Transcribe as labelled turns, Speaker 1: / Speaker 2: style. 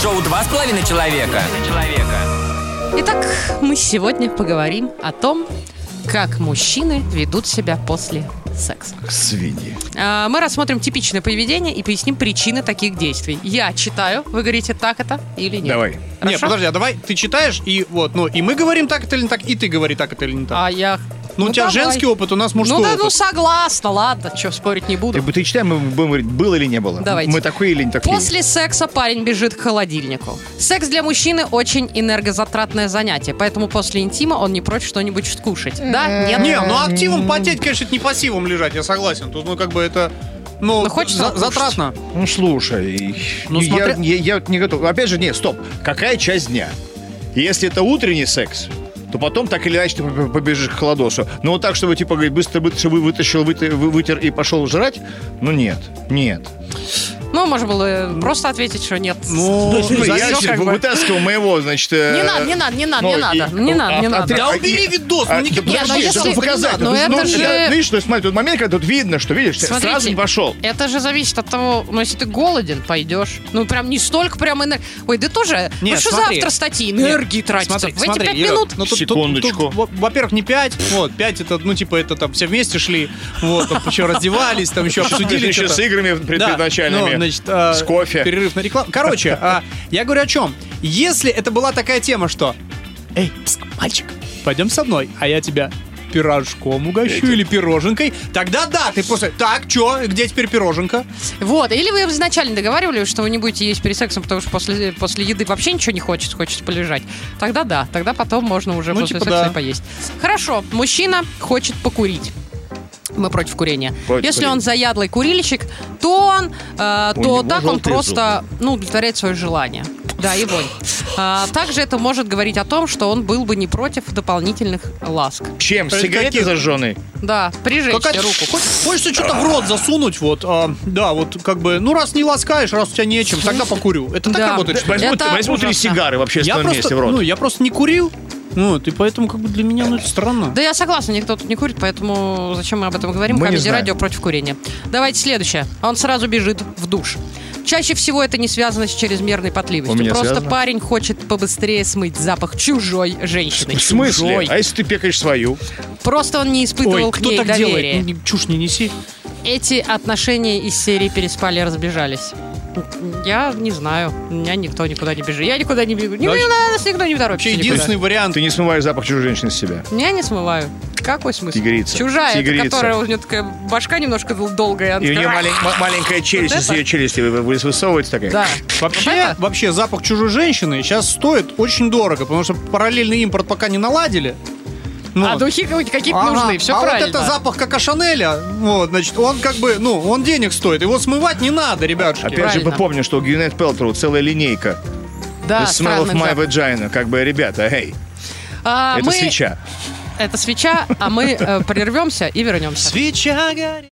Speaker 1: Шоу «Два с половиной человека».
Speaker 2: Итак, мы сегодня поговорим о том, как мужчины ведут себя после секса.
Speaker 3: Свиньи.
Speaker 2: А, Мы рассмотрим типичное поведение и поясним причины таких действий. Я читаю, вы говорите, так это или нет.
Speaker 3: Давай.
Speaker 2: Хорошо?
Speaker 4: Нет, подожди, а давай ты читаешь, и вот, ну, и мы говорим так это или не так, и ты говори так это или не так.
Speaker 2: А я...
Speaker 4: ну, у тебя
Speaker 2: давай.
Speaker 4: женский опыт, у нас мужской
Speaker 2: Ну да,
Speaker 4: опыт.
Speaker 2: ну согласна, ладно, что, спорить не буду.
Speaker 3: Ты, ты читай, мы будем говорить, было или не было.
Speaker 2: Давайте.
Speaker 3: Мы такие или не такие.
Speaker 2: После секса парень бежит к холодильнику. Секс для мужчины очень энергозатратное занятие, поэтому после интима он не прочь что-нибудь скушать. Да? Нет?
Speaker 4: Не, ну активом потеть, конечно, это не пассивом лежать, я согласен. Тут, ну, как бы это, ну,
Speaker 2: Ну, хочется
Speaker 4: за-
Speaker 2: покушать.
Speaker 4: затратно.
Speaker 3: Ну слушай,
Speaker 4: Ну,
Speaker 3: я-
Speaker 4: смотря-
Speaker 3: я, я вот не готов. Опять же, нет, стоп. Какая часть дня? Если это утренний секс, то потом так или иначе ты поб- побежишь к холодосу. Но вот так, чтобы типа говорить, быстро, быстро, чтобы вытащил, выты- вы- вытер и пошел жрать, ну нет, нет.
Speaker 2: Ну, можно было просто ответить, что нет.
Speaker 4: Ну,
Speaker 2: То
Speaker 3: Ну,
Speaker 2: есть, ну,
Speaker 3: я
Speaker 2: всё
Speaker 3: сейчас
Speaker 2: как бы.
Speaker 3: вытаскивал моего, значит... э,
Speaker 2: Не надо, не надо, не надо, не
Speaker 3: ну, и-
Speaker 2: надо, не
Speaker 3: ну,
Speaker 2: надо, не
Speaker 3: а- а
Speaker 2: надо.
Speaker 3: ты-
Speaker 4: Да убери видос, ну,
Speaker 3: А,
Speaker 4: Никита,
Speaker 3: да
Speaker 2: Нет, ну,
Speaker 4: подожди,
Speaker 3: подожди,
Speaker 2: если-
Speaker 3: чтобы показать.
Speaker 2: ну,
Speaker 3: Ну,
Speaker 2: это
Speaker 3: ну,
Speaker 2: же-
Speaker 3: я- Видишь, то есть, смотри, тот момент, когда тут видно, что, видишь,
Speaker 2: Смотрите.
Speaker 3: сразу не пошел.
Speaker 2: Это же зависит от того, ну, если ты голоден, пойдешь. Ну, прям не столько прям энергии. Ой, да тоже.
Speaker 4: Нет,
Speaker 2: ну, что за
Speaker 4: смотри.
Speaker 2: автор статьи?
Speaker 4: Нет,
Speaker 2: Энергии тратится.
Speaker 4: смотри,
Speaker 2: В эти
Speaker 4: смотри,
Speaker 2: пять
Speaker 4: Юра,
Speaker 2: минут.
Speaker 4: ну, тут- тут-
Speaker 3: Секундочку.
Speaker 4: тут, во- во-первых, не 5, вот, 5 это, ну, типа, это там все вместе шли, вот, там еще раздевались, там еще обсудили.
Speaker 3: Еще
Speaker 4: что-то.
Speaker 3: с играми пред-
Speaker 4: Да,
Speaker 3: предначальными.
Speaker 4: ну, значит, а,
Speaker 3: с кофе.
Speaker 4: Перерыв на рекламу. Короче, а, я говорю о чем? Если это была такая тема, что Эй, пск, мальчик, пойдем со мной, а я тебя пирожком угощу или пироженкой, тогда да, ты после... Так, чё, где теперь пироженка?
Speaker 2: Вот. Или вы изначально договаривались, что вы не будете есть перед сексом, потому что после, после еды вообще ничего не хочется, хочется полежать. Тогда да, тогда потом можно уже
Speaker 4: Ну,
Speaker 2: после
Speaker 4: типа
Speaker 2: секса
Speaker 4: да.
Speaker 2: и поесть. Хорошо, мужчина хочет покурить. Мы против курения.
Speaker 3: Против
Speaker 2: Если
Speaker 3: курения.
Speaker 2: он заядлый курильщик, то он, э,
Speaker 3: У
Speaker 2: то
Speaker 3: него
Speaker 2: так он
Speaker 3: желтые
Speaker 2: просто, ну, удовлетворяет свое желание. Да, и вонь. А, также это может говорить о том, что он был бы не против дополнительных ласк.
Speaker 3: Чем?
Speaker 4: Это
Speaker 3: Сигареты
Speaker 4: какие?
Speaker 3: зажженные?
Speaker 2: Да, прижечь
Speaker 4: Какая-то
Speaker 2: руку.
Speaker 4: Хо- Хочется что-то в рот засунуть, вот. а, да, вот как бы, ну раз не ласкаешь, раз у тебя нечем, тогда покурю. Это так
Speaker 2: Да.
Speaker 4: работает. что ли?
Speaker 3: Возьму,
Speaker 2: Это
Speaker 3: возьму три
Speaker 2: А, ужасно.
Speaker 3: сигары в
Speaker 4: Я
Speaker 3: общественном месте
Speaker 4: просто,
Speaker 3: в рот.
Speaker 4: ну, я просто не курил. Вот, и поэтому как бы для меня, ну, это странно.
Speaker 2: Да я согласна, никто тут не курит, поэтому зачем мы об этом говорим?
Speaker 3: Мы не
Speaker 2: Камеди
Speaker 3: знаем.
Speaker 2: радио против курения. Давайте следующее. Он сразу бежит в душ. Чаще всего это не связано с чрезмерной потливостью.
Speaker 3: У меня
Speaker 2: Просто
Speaker 3: связано.
Speaker 2: парень хочет побыстрее смыть запах чужой женщины.
Speaker 3: В смысле?
Speaker 2: Чужой.
Speaker 3: А если ты пекаешь свою?
Speaker 2: Просто он не испытывал
Speaker 4: Ой,
Speaker 2: к
Speaker 4: кто
Speaker 2: ней
Speaker 4: так
Speaker 2: доверия.
Speaker 4: делает? Ну, не- Чушь не неси.
Speaker 2: Эти отношения из серии переспали и разбежались. Я не знаю. Меня никто никуда не бежит. Я никуда не бегу. Не
Speaker 4: Значит,
Speaker 2: нас никто не торопится.
Speaker 4: Вообще
Speaker 2: никуда.
Speaker 4: единственный вариант.
Speaker 3: Ты не смываешь запах чужой женщины с себя.
Speaker 2: Я не смываю. Какой смысл?
Speaker 3: Тигрица.
Speaker 2: Чужая, это
Speaker 3: Тигрица.
Speaker 2: которая у нее такая башка немножко дол- долгая. она
Speaker 3: И у нее
Speaker 2: такая,
Speaker 3: малень- ма- маленькая челюсть,
Speaker 2: Вот
Speaker 3: из ее челюсти вы- вы- высовывается такая.
Speaker 2: Да.
Speaker 4: Вообще,
Speaker 2: Вот это?
Speaker 4: вообще запах чужой женщины сейчас стоит очень дорого, потому что параллельный импорт пока не наладили. Ну,
Speaker 2: А духи какие- какие-то
Speaker 4: ага.
Speaker 2: нужны, все
Speaker 4: а
Speaker 2: правильно.
Speaker 4: вот это запах как Шанеля, вот, значит, он как бы, ну, он денег стоит, его смывать не надо, ребятушки.
Speaker 3: Опять же,
Speaker 2: Правильно.
Speaker 3: мы помним, что у Гюнет Пелтроу целая линейка.
Speaker 2: Да,
Speaker 3: The smell of
Speaker 2: странный
Speaker 3: my
Speaker 2: запах.
Speaker 3: vagina. Как бы, ребята, эй,
Speaker 2: А,
Speaker 3: это
Speaker 2: мы-
Speaker 3: свеча.
Speaker 2: Это свеча, а мы э, прервемся и вернемся.
Speaker 4: Свеча горит.